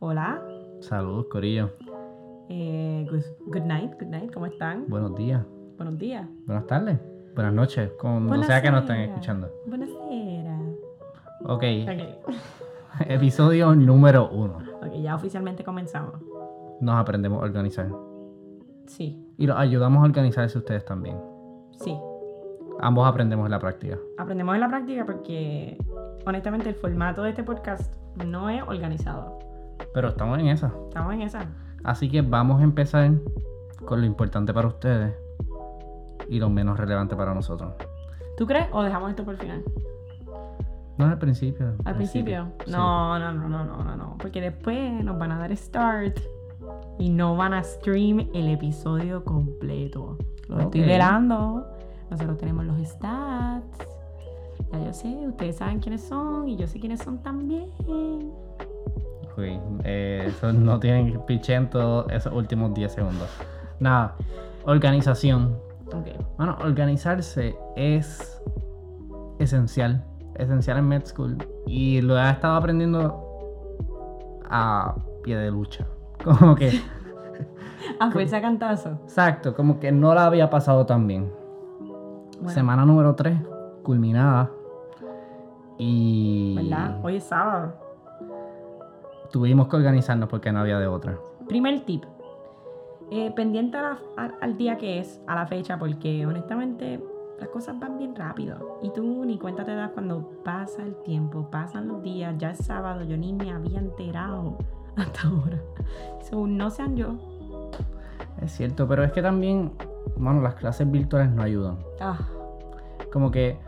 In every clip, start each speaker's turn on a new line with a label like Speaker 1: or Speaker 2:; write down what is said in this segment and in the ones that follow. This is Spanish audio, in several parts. Speaker 1: Hola.
Speaker 2: Saludos, Corillo.
Speaker 1: Eh, good, good night, good night. ¿Cómo están?
Speaker 2: Buenos días.
Speaker 1: Buenos días.
Speaker 2: Buenas tardes. Buenas noches. Con
Speaker 1: Buenas
Speaker 2: no sea que nos estén
Speaker 1: noches.
Speaker 2: escuchando.
Speaker 1: Buenas eras.
Speaker 2: Ok.
Speaker 1: Ok.
Speaker 2: Episodio número uno.
Speaker 1: ok, ya oficialmente comenzamos.
Speaker 2: Nos aprendemos a organizar.
Speaker 1: Sí,
Speaker 2: Y los ayudamos a organizarse ustedes también.
Speaker 1: sí.
Speaker 2: Ambos aprendemos en la práctica.
Speaker 1: Aprendemos en la práctica porque, honestamente, el formato de este podcast no es organizado.
Speaker 2: Pero estamos en esa.
Speaker 1: Estamos en esa.
Speaker 2: Así que vamos a empezar con lo importante para ustedes y lo menos relevante para nosotros.
Speaker 1: ¿Tú crees o dejamos esto por el final?
Speaker 2: No al principio.
Speaker 1: ¿Al principio?
Speaker 2: Sí.
Speaker 1: No, no, no, no, no, no, no. Porque después nos van a dar start y no van a stream el episodio completo. Lo estoy
Speaker 2: Ok.
Speaker 1: velando. Nosotros tenemos los stats. Ya yo sé, ustedes saben quiénes son y yo sé quiénes son también.
Speaker 2: Ok, eh, eso no tienen piche en todos esos últimos 10 segundos. Nada, organización.
Speaker 1: Ok.
Speaker 2: Bueno, organizarse es esencial, esencial en Med School y lo he estado aprendiendo a pie de lucha. Como que, Ah,
Speaker 1: A fuerza de cantazo.
Speaker 2: exacto, como que no la había pasado tan bien.
Speaker 1: Bueno,
Speaker 2: Semana número 3, culminada. Y
Speaker 1: ¿Verdad? Hoy es sábado.
Speaker 2: tuvimos que organizarnos porque no había de otra.
Speaker 1: Primer tip. Eh, pendiente a la- a- al día que es, a la fecha, porque honestamente las cosas van bien rápido. Y tú ni cuenta te das cuando pasa el tiempo, pasan los días, ya es sábado, yo ni me había enterado hasta ahora. So, no sean yo.
Speaker 2: Es cierto, pero es que también, bueno, las clases virtuales no ayudan.
Speaker 1: Ah,
Speaker 2: como que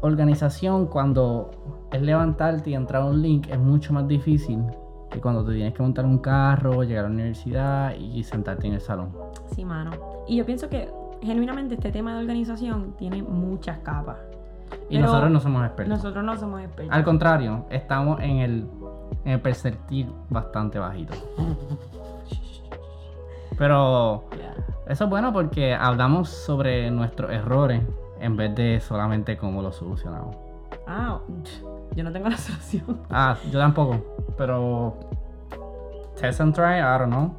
Speaker 2: organización cuando es levantarte y entrar a un link es mucho más difícil que cuando te tienes que montar un carro, llegar a la universidad y sentarte en el salón.
Speaker 1: sí, mano. Y yo pienso que genuinamente este tema de organización tiene muchas capas.
Speaker 2: Y
Speaker 1: Pero
Speaker 2: nosotros no somos expertos.
Speaker 1: Nosotros no somos expertos.
Speaker 2: Al contrario, estamos en el, en el percentil bastante bajito. Pero
Speaker 1: Ya.
Speaker 2: eso es bueno porque hablamos sobre nuestros errores en vez de solamente cómo los solucionamos.
Speaker 1: Ah, pff, yo no tengo la solución.
Speaker 2: Ah, yo tampoco. Pero. Test and try, I don't know.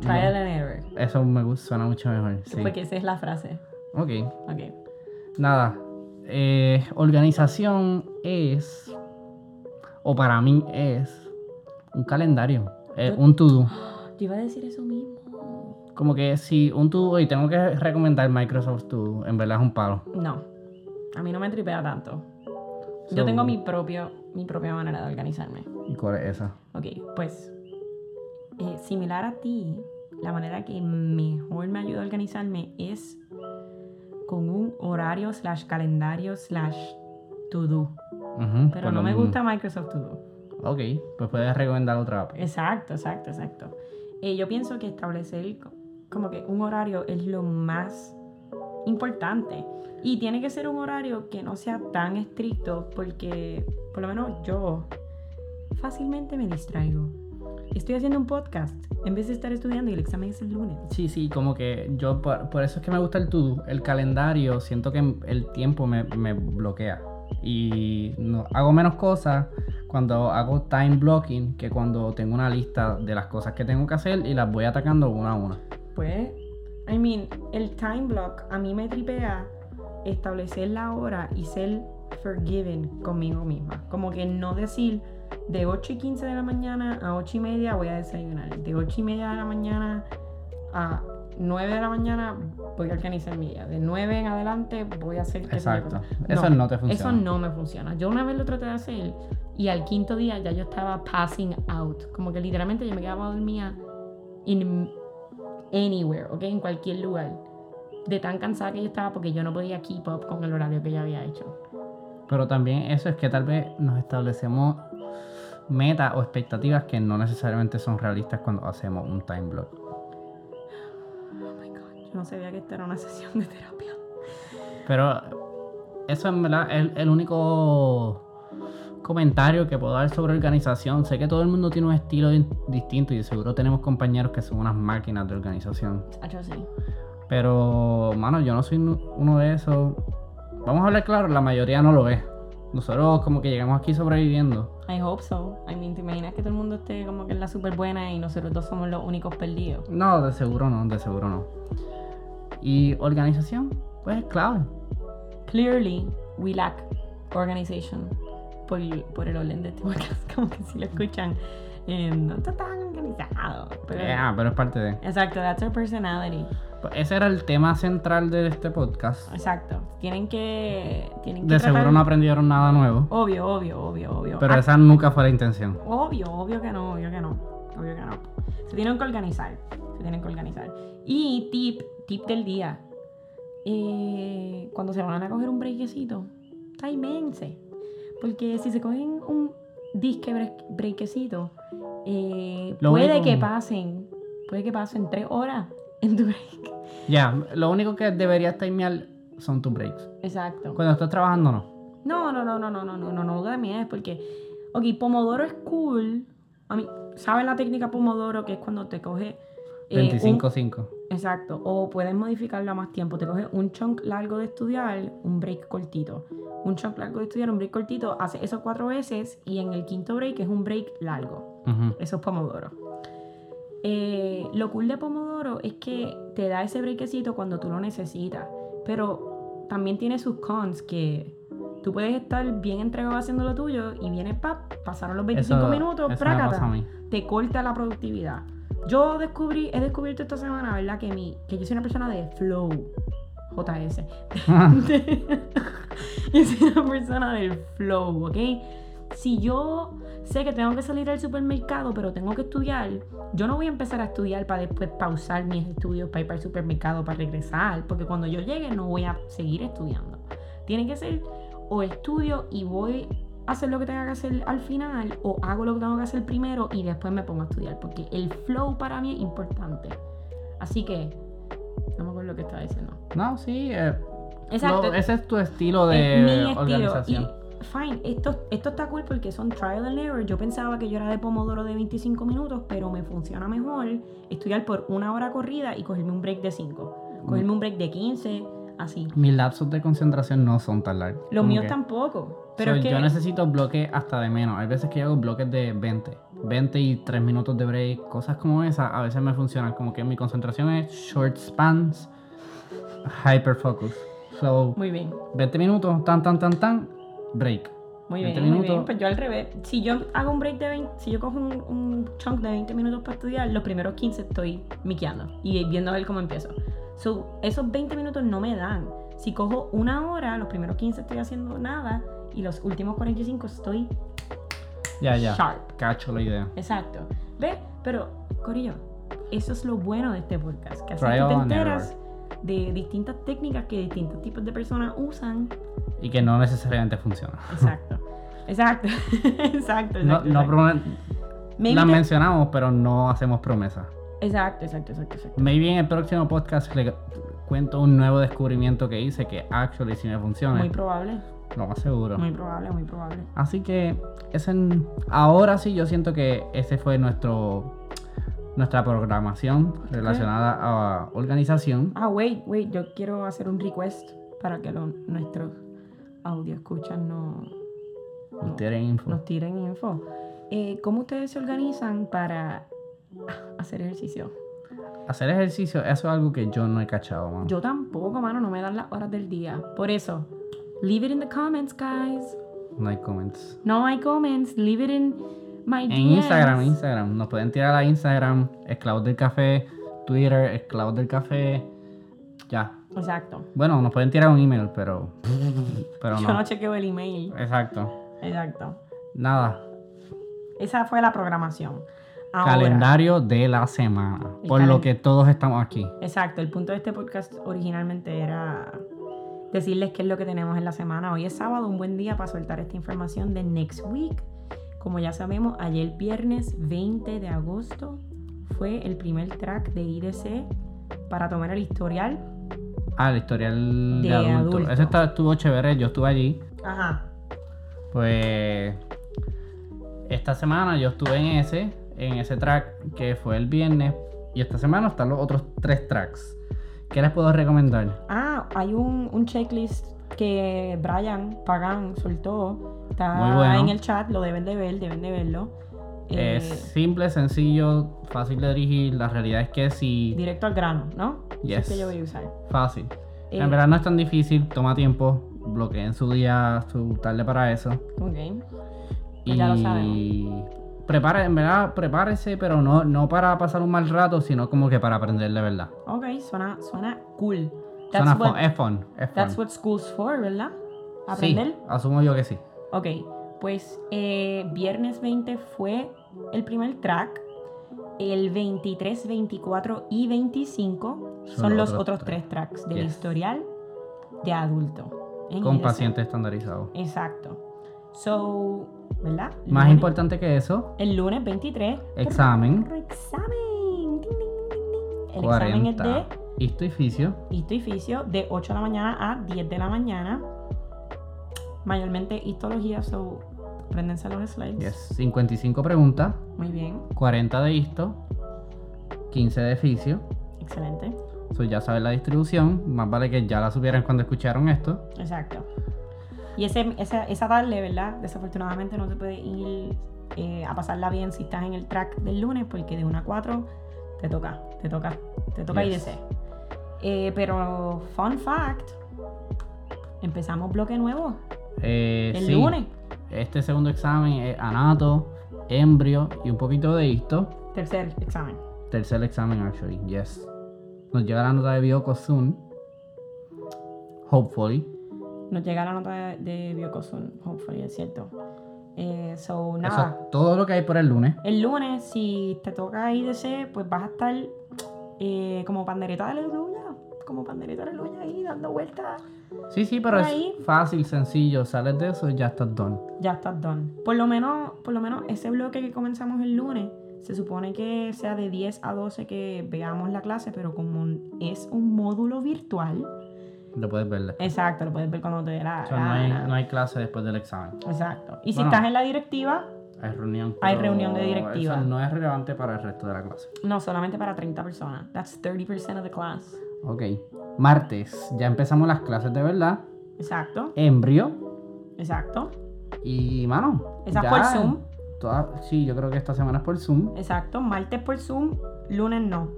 Speaker 1: Trial and error.
Speaker 2: Eso me gusta, suena mucho mejor. Sí.
Speaker 1: Porque esa es la frase.
Speaker 2: Ok.
Speaker 1: Ok.
Speaker 2: Nada. Eh, organización es. O para mí es. Un calendario. eh, un to-do.
Speaker 1: Yo iba a decir eso mismo.
Speaker 2: Como que si un to-do. Y tengo que recomendar Microsoft To-Do. En verdad es un palo.
Speaker 1: No, a mí no me tripea tanto.
Speaker 2: So-
Speaker 1: Yo tengo mi, propio, mi propia manera de organizarme.
Speaker 2: ¿Y cuál es esa?
Speaker 1: Ok, pues eh, similar a ti, la manera que mejor me ayuda a organizarme es con un horario slash calendario slash to do. Pero
Speaker 2: Ujú, pues
Speaker 1: no
Speaker 2: lo
Speaker 1: me
Speaker 2: mismo.
Speaker 1: gusta Microsoft To Do.
Speaker 2: Ok, pues puedes recomendar otra app.
Speaker 1: Exacto, exacto, exacto. Eh, yo pienso que establecer co- como que un horario es lo más importante. Y tiene que ser un horario que no sea tan estricto porque por lo menos yo fácilmente me distraigo. Estoy haciendo un podcast en vez de estar estudiando y el examen es el lunes.
Speaker 2: Sí, sí, como que yo, por, por eso es que me gusta el to el calendario, siento que el tiempo me, me bloquea. Y no, hago menos cosas cuando hago time blocking que cuando tengo una lista de las cosas que tengo que hacer y las voy atacando una a una.
Speaker 1: Pues, I mean, el time block a mí me tripea establecer la hora y ser forgiven conmigo misma. Como que no decir de 8 y 15 de la mañana a 8 y media voy a desayunar. De 8 y media de la mañana a 9 de la mañana voy a organizar mi día. De 9 en adelante voy a hacer... qué sé yo.
Speaker 2: Exacto. Eso no te funciona.
Speaker 1: Eso no me funciona. Yo una vez lo traté de hacer y al quinto día ya yo estaba passing out. Como que literalmente yo me quedaba dormida in anywhere, ¿ok? En cualquier lugar. De tan cansada que yo estaba porque yo no podía keep up con el horario que yo había hecho.
Speaker 2: Pero también eso es que tal vez nos establecemos metas o expectativas que no necesariamente son realistas cuando hacemos un time block.
Speaker 1: Oh my God, yo no sabía que esta era una sesión de terapia.
Speaker 2: Pero eso en verdad es el único comentario que puedo dar sobre organización. Sé que todo el mundo tiene un estilo di- distinto y de seguro tenemos compañeros que son unas máquinas de organización.
Speaker 1: Ah, yo sí.
Speaker 2: Pero, mano, yo no soy nu- uno de esos. Vamos a hablar claro, la mayoría no lo es. Nosotros como que llegamos aquí sobreviviendo.
Speaker 1: I hope so. I mean, ¿te imaginas que todo el mundo esté como que en la super buena y nosotros dos somos los únicos perdidos?
Speaker 2: No, de seguro no, de seguro no. Y organización, pues es clave.
Speaker 1: Clearly, we lack organization. Por, por el orden de este podcast, como que si lo escuchan, eh, no está tan organizado. Pero,
Speaker 2: Ah, pero es parte de.
Speaker 1: Exacto, that's our personality.
Speaker 2: Pues ese era el tema central de este podcast.
Speaker 1: Exacto. Tienen que. Tienen que
Speaker 2: De seguro
Speaker 1: tratar-
Speaker 2: no aprendieron nada nuevo,
Speaker 1: Obvio, obvio, obvio, obvio.
Speaker 2: pero
Speaker 1: Ah,
Speaker 2: esa nunca fue la intención.
Speaker 1: Obvio, obvio que no, obvio que no. Obvio que no. Se tienen que organizar. Se tienen que organizar. Y tip, tip del día. Eh, cuando se van a coger un brequecito, taimense. Porque si se cogen un disque bre- brequecito, eh,
Speaker 2: Lo
Speaker 1: puede
Speaker 2: único-
Speaker 1: que pasen, puede que pasen tres horas en tu break.
Speaker 2: Ya, lo único que deberías timear son tus breaks.
Speaker 1: Exacto.
Speaker 2: Cuando estás trabajando, no.
Speaker 1: No, no, no, no, no, no, no, no, no, también es porque, ok, Pomodoro es cool. A mí, ¿sabes la técnica Pomodoro que es cuando te coge... eh, un-
Speaker 2: 25-5.
Speaker 1: exacto, o puedes modificarla más tiempo. Te coge un chunk largo de estudiar, un break cortito. Un chunk largo de estudiar, un break cortito, hace eso cuatro veces y en el quinto break es un break largo.
Speaker 2: Ujú.
Speaker 1: Eso es Pomodoro. Eh, lo cool de Pomodoro es que te da ese brequecito cuando tú lo necesitas, pero también tiene sus cons que tú puedes estar bien entregado haciendo lo tuyo y viene pap, pasaron los 25
Speaker 2: Eso-
Speaker 1: minutos,
Speaker 2: eso me
Speaker 1: prácata,
Speaker 2: pasa a mí.
Speaker 1: te corta la productividad. Yo descubrí, he descubierto esta semana, ¿verdad? Que, mi, que yo soy una persona de flow, JS. yo soy una persona del flow, ¿ok? Si yo sé que tengo que salir al supermercado, pero tengo que estudiar, yo no voy a empezar a estudiar para después pausar mis estudios para ir para el supermercado, para regresar, porque cuando yo llegue no voy a seguir estudiando. Tiene que ser o estudio y voy a hacer lo que tenga que hacer al final, o hago lo que tengo que hacer primero y después me pongo a estudiar, porque el flow para mí es importante. Así que, no me acuerdo lo que estaba diciendo.
Speaker 2: No, sí. eh,
Speaker 1: Exacto.
Speaker 2: lo- ese es tu estilo de
Speaker 1: Es mi estilo.
Speaker 2: organización.
Speaker 1: Y, fine, esto, esto está cool porque son trial and error. Yo pensaba que yo era de pomodoro de 25 minutos, pero me funciona mejor estudiar por una hora corrida y cogerme un break de
Speaker 2: Mm.
Speaker 1: 5. Cogerme un break de 15, así.
Speaker 2: Mis lapsos de concentración no son tan largos.
Speaker 1: Los
Speaker 2: Como
Speaker 1: míos
Speaker 2: que-
Speaker 1: tampoco. Pero
Speaker 2: So,
Speaker 1: es que.
Speaker 2: Yo necesito bloques hasta de menos. Hay veces que yo hago bloques de 20. 20 y 3 minutos de break. Cosas como esas a veces me funcionan. Como que mi concentración es short spans, hyper focus. So,
Speaker 1: Muy bien,
Speaker 2: 20 minutos, tan, tan, tan, tan, break.
Speaker 1: muy
Speaker 2: 20
Speaker 1: bien, muy
Speaker 2: minutos.
Speaker 1: bien. Pues yo al revés. Si yo hago un break de 20, si yo cojo un, un chunk de 20 minutos para estudiar, los primeros 15 estoy miqueando y viendo a ver cómo empiezo. So, esos 20 minutos no me dan. Si cojo una hora, los primeros 15 estoy haciendo nada y los últimos 45 estoy
Speaker 2: Ya, ya.
Speaker 1: sharp.
Speaker 2: Cacho la idea.
Speaker 1: Exacto. ¿Ves? Pero, Corillo, eso es lo bueno de este podcast. Que así
Speaker 2: Trial
Speaker 1: tú te
Speaker 2: and
Speaker 1: enteras de distintas técnicas que distintos tipos de personas usan.
Speaker 2: Y que no necesariamente funciona.
Speaker 1: Exacto. Exacto. exacto.
Speaker 2: No,
Speaker 1: exacto,
Speaker 2: no
Speaker 1: exacto.
Speaker 2: promen-
Speaker 1: Maybe
Speaker 2: las
Speaker 1: te-
Speaker 2: mencionamos, pero no hacemos promesas.
Speaker 1: Exacto, exacto, exacto, exacto.
Speaker 2: Maybe en el próximo podcast le cuento un nuevo descubrimiento que hice que actually sí me funciona.
Speaker 1: Muy probable,
Speaker 2: Lo más seguro.
Speaker 1: muy probable, muy probable.
Speaker 2: Así que ese, n- ahora sí yo siento que ese fue nuestro nuestra programación relacionada a organización.
Speaker 1: Ah, wait, wait, yo quiero hacer un request para que lo- nuestros audio escuchan no,
Speaker 2: No tienen info.
Speaker 1: nos tiren info. Eh, ¿Cómo ustedes se organizan para ah, hacer ejercicio?
Speaker 2: Hacer ejercicio, eso es algo que yo no he cachado, mano.
Speaker 1: Yo tampoco, mano, no me dan las horas del día. Por eso, leave it in the comments, guys.
Speaker 2: No hay comments.
Speaker 1: No hay comments, leave it in my
Speaker 2: En
Speaker 1: DMs.
Speaker 2: Instagram, Instagram. Nos pueden tirar a Instagram, Esclavos del Café, Twitter, Esclavos del Café. Ya.
Speaker 1: Exacto.
Speaker 2: Bueno, nos pueden tirar un email, pero. Pero
Speaker 1: Yo no
Speaker 2: no.
Speaker 1: chequeo el email.
Speaker 2: Exacto.
Speaker 1: Exacto.
Speaker 2: Nada.
Speaker 1: Esa fue la programación. Ahora-
Speaker 2: Calendario de la semana.
Speaker 1: El
Speaker 2: Por lo
Speaker 1: calen-
Speaker 2: que todos estamos aquí.
Speaker 1: Exacto, el punto de este podcast originalmente era decirles qué es lo que tenemos en la semana. Hoy es sábado, un buen día para soltar esta información de Next Week. Como ya sabemos, ayer viernes 20 de agosto fue el primer track de IDC para tomar el historial.
Speaker 2: Ah, el historial de,
Speaker 1: De
Speaker 2: adulto.
Speaker 1: adulto.
Speaker 2: Ese está- estuvo chévere, yo estuve allí.
Speaker 1: Ajá.
Speaker 2: Pues esta semana yo estuve en ese, en ese track que fue el viernes. Y esta semana están los otros tres tracks. ¿Qué les puedo recomendar?
Speaker 1: Ah, hay un, un checklist que Brian Pagan soltó Está
Speaker 2: Muy bueno.
Speaker 1: en el chat, lo deben de ver, deben de verlo. Eh,
Speaker 2: Es simple, sencillo, fácil de dirigir. La realidad es que sí,
Speaker 1: Directo al grano, ¿no? Eso es
Speaker 2: Yes.
Speaker 1: que yo voy a usar.
Speaker 2: fácil.
Speaker 1: Eh,
Speaker 2: En verdad no es tan difícil, toma tiempo. Bloqueen su día, su tarde para eso.
Speaker 1: Eh, ok.
Speaker 2: Y
Speaker 1: Pues Ya lo
Speaker 2: prepare- en verdad, prepárese, pero no, no para pasar un mal rato, sino como que para aprender de verdad.
Speaker 1: Ok, suena, suena cool. That's,
Speaker 2: Suena fun,
Speaker 1: what,
Speaker 2: es fun, es
Speaker 1: that's
Speaker 2: fun.
Speaker 1: what school's for, ¿verdad?
Speaker 2: Sí,
Speaker 1: Aprender.
Speaker 2: asumo yo que sí.
Speaker 1: Ok, pues eh, viernes 20 fue el primer track. El 23, 24 y 25 son,
Speaker 2: Son los
Speaker 1: los
Speaker 2: otros
Speaker 1: otros
Speaker 2: tres.
Speaker 1: tres tracks del
Speaker 2: Yes.
Speaker 1: historial de adulto. En
Speaker 2: Con
Speaker 1: IDC.
Speaker 2: paciente estandarizado.
Speaker 1: Exacto. So, ¿verdad?
Speaker 2: Más
Speaker 1: Lunes-
Speaker 2: importante que eso,
Speaker 1: El lunes 23.
Speaker 2: examen,
Speaker 1: corre Examen. Ding, ding, ding, ding. El examen es
Speaker 2: 40,
Speaker 1: de
Speaker 2: histo y fisio.
Speaker 1: Histo y Fisio de 8 de la mañana a 10 de la mañana. Mayormente histología, so préndense los slides.
Speaker 2: Yes, 55 preguntas,
Speaker 1: Muy bien,
Speaker 2: 40 de histo, 15 de fisio.
Speaker 1: excelente.
Speaker 2: So, ya saben la distribución, más vale que ya la supieran cuando escucharon esto.
Speaker 1: Exacto. Y ese, esa, esa tarde, ¿verdad? Desafortunadamente no te puede ir eh, a pasarla bien si estás en el track del lunes, porque de 1 a 4 te toca, te toca, te toca
Speaker 2: Yes.
Speaker 1: IDC. Eh, pero, fun fact, empezamos bloque nuevo
Speaker 2: Eh,
Speaker 1: el
Speaker 2: sí,
Speaker 1: lunes.
Speaker 2: Este segundo examen es anato, embrio y un poquito de histo.
Speaker 1: Tercer examen.
Speaker 2: Tercer examen, actually, yes. Nos llega la nota de bioco soon. Hopefully.
Speaker 1: Nos llega la nota de, de Biocosun, hopefully, es cierto. Eh, so,
Speaker 2: Eso
Speaker 1: nada.
Speaker 2: es todo lo que hay por el lunes.
Speaker 1: El lunes, si te toca IDC, pues vas a estar eh, como pandereta de aleluya. Como pandereta de aleluya ahí dando vueltas.
Speaker 2: Sí, sí, pero
Speaker 1: Por
Speaker 2: es
Speaker 1: ahí.
Speaker 2: fácil, sencillo. Sales de eso y ya estás done.
Speaker 1: Ya estás done. Por lo menos, por lo menos ese bloque que comenzamos el lunes, se supone que sea de 10 a 12 que veamos la clase, pero como es un módulo virtual,
Speaker 2: Lo puedes ver. después.
Speaker 1: exacto, lo puedes ver cuando te dé la
Speaker 2: O sea, no, hay,
Speaker 1: gana.
Speaker 2: no hay clase después del examen.
Speaker 1: Exacto. Y si
Speaker 2: Bueno.
Speaker 1: estás en la directiva,
Speaker 2: Hay reunión.
Speaker 1: Hay
Speaker 2: pero
Speaker 1: reunión de directiva.
Speaker 2: Eso no es relevante para el resto de la clase.
Speaker 1: no, solamente para 30 personas. That's 30% of the class.
Speaker 2: Ok. Martes. Ya empezamos las clases de verdad.
Speaker 1: Exacto,
Speaker 2: Embrio.
Speaker 1: exacto.
Speaker 2: Y, mano.
Speaker 1: Esa es
Speaker 2: ya
Speaker 1: por Zoom.
Speaker 2: toda- sí, yo creo que esta semana es por Zoom.
Speaker 1: Exacto, martes por Zoom, lunes no.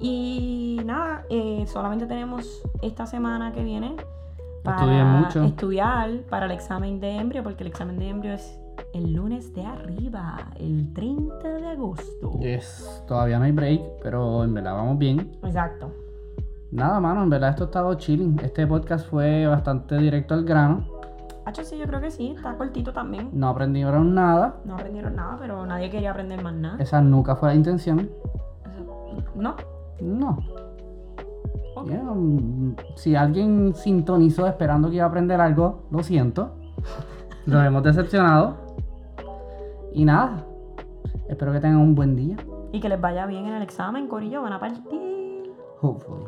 Speaker 1: Y nada, eh, solamente tenemos esta semana que viene para
Speaker 2: Estudien mucho.
Speaker 1: estudiar para el examen de embrio, porque el examen de embrio es el lunes de arriba, el 30 de agosto.
Speaker 2: Yes. Todavía no hay break, pero en verdad vamos bien.
Speaker 1: Exacto.
Speaker 2: Nada, mano, en verdad esto ha estado chilling. Este podcast fue bastante directo al grano.
Speaker 1: Hacho, sí, yo creo que sí, está cortito también.
Speaker 2: No aprendieron nada.
Speaker 1: No aprendieron nada, pero nadie quería aprender más nada.
Speaker 2: Esa nunca fue la intención.
Speaker 1: No,
Speaker 2: No.
Speaker 1: Ok.
Speaker 2: Yeah, mm, Si alguien sintonizó esperando que iba a aprender algo, lo siento. Los hemos decepcionado. Y nada. Espero que tengan un buen día.
Speaker 1: y que les vaya bien en el examen, Corillo, van a partir.
Speaker 2: Hopefully.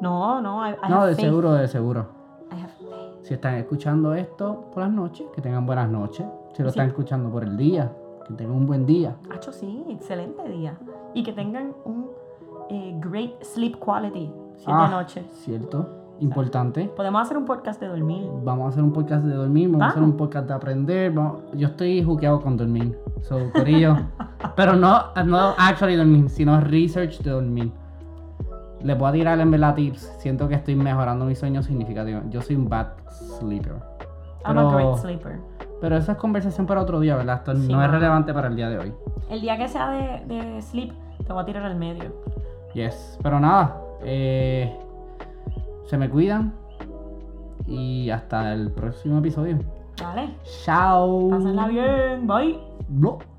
Speaker 1: No, no, I, I
Speaker 2: No,
Speaker 1: have
Speaker 2: de
Speaker 1: faith.
Speaker 2: seguro, de seguro.
Speaker 1: I have faith.
Speaker 2: Si están escuchando esto por las noches, que tengan buenas noches. Si lo
Speaker 1: Sí.
Speaker 2: están escuchando por el día, que tengan un buen día.
Speaker 1: Hacho, sí, excelente día. Y que tengan un eh, great sleep quality. Siete
Speaker 2: Ah.
Speaker 1: noche.
Speaker 2: Cierto, importante.
Speaker 1: Podemos hacer un podcast de dormir.
Speaker 2: Vamos a hacer un podcast de dormir, vamos a hacer
Speaker 1: Vamos.
Speaker 2: un podcast de aprender. vamos- Yo estoy juqueado con dormir. So, corillo. Pero no, no actually dormir, sino research de dormir. Les voy a tirar en verdad tips. Siento que estoy mejorando mi sueño significativo. Yo soy un bad sleeper.
Speaker 1: I'm
Speaker 2: Pero-
Speaker 1: a great sleeper.
Speaker 2: Pero esa es conversación para otro día, ¿verdad? Esto
Speaker 1: Sí,
Speaker 2: no es
Speaker 1: mamá.
Speaker 2: relevante para el día de hoy.
Speaker 1: El día que sea de, de sleep, te voy a tirar al medio.
Speaker 2: Yes. Pero nada, eh, se me cuidan. Y hasta el próximo episodio.
Speaker 1: Dale.
Speaker 2: Chao.
Speaker 1: Pásenla bien. Bye.
Speaker 2: Blah.